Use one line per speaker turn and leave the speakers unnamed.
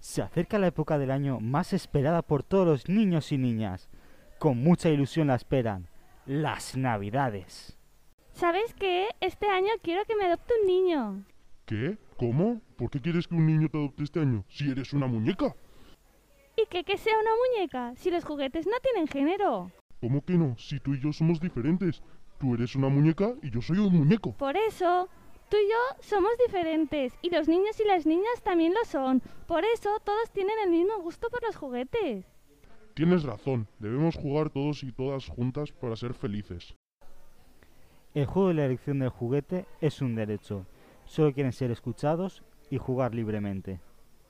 Se acerca la época del año más esperada por todos los niños y niñas. Con mucha ilusión la esperan. Las Navidades.
¿Sabes qué? Este año quiero que me adopte un niño.
¿Qué? ¿Cómo? ¿Por qué quieres que un niño te adopte este año si eres una muñeca?
¿Y que, que sea una muñeca? Si los juguetes no tienen género.
¿Cómo que no? Si tú y yo somos diferentes. Tú eres una muñeca y yo soy un muñeco.
Por eso, tú y yo somos diferentes y los niños y las niñas también lo son. Por eso todos tienen el mismo gusto por los juguetes.
Tienes razón, debemos jugar todos y todas juntas para ser felices.
El juego de la elección del juguete es un derecho. Solo quieren ser escuchados y jugar libremente.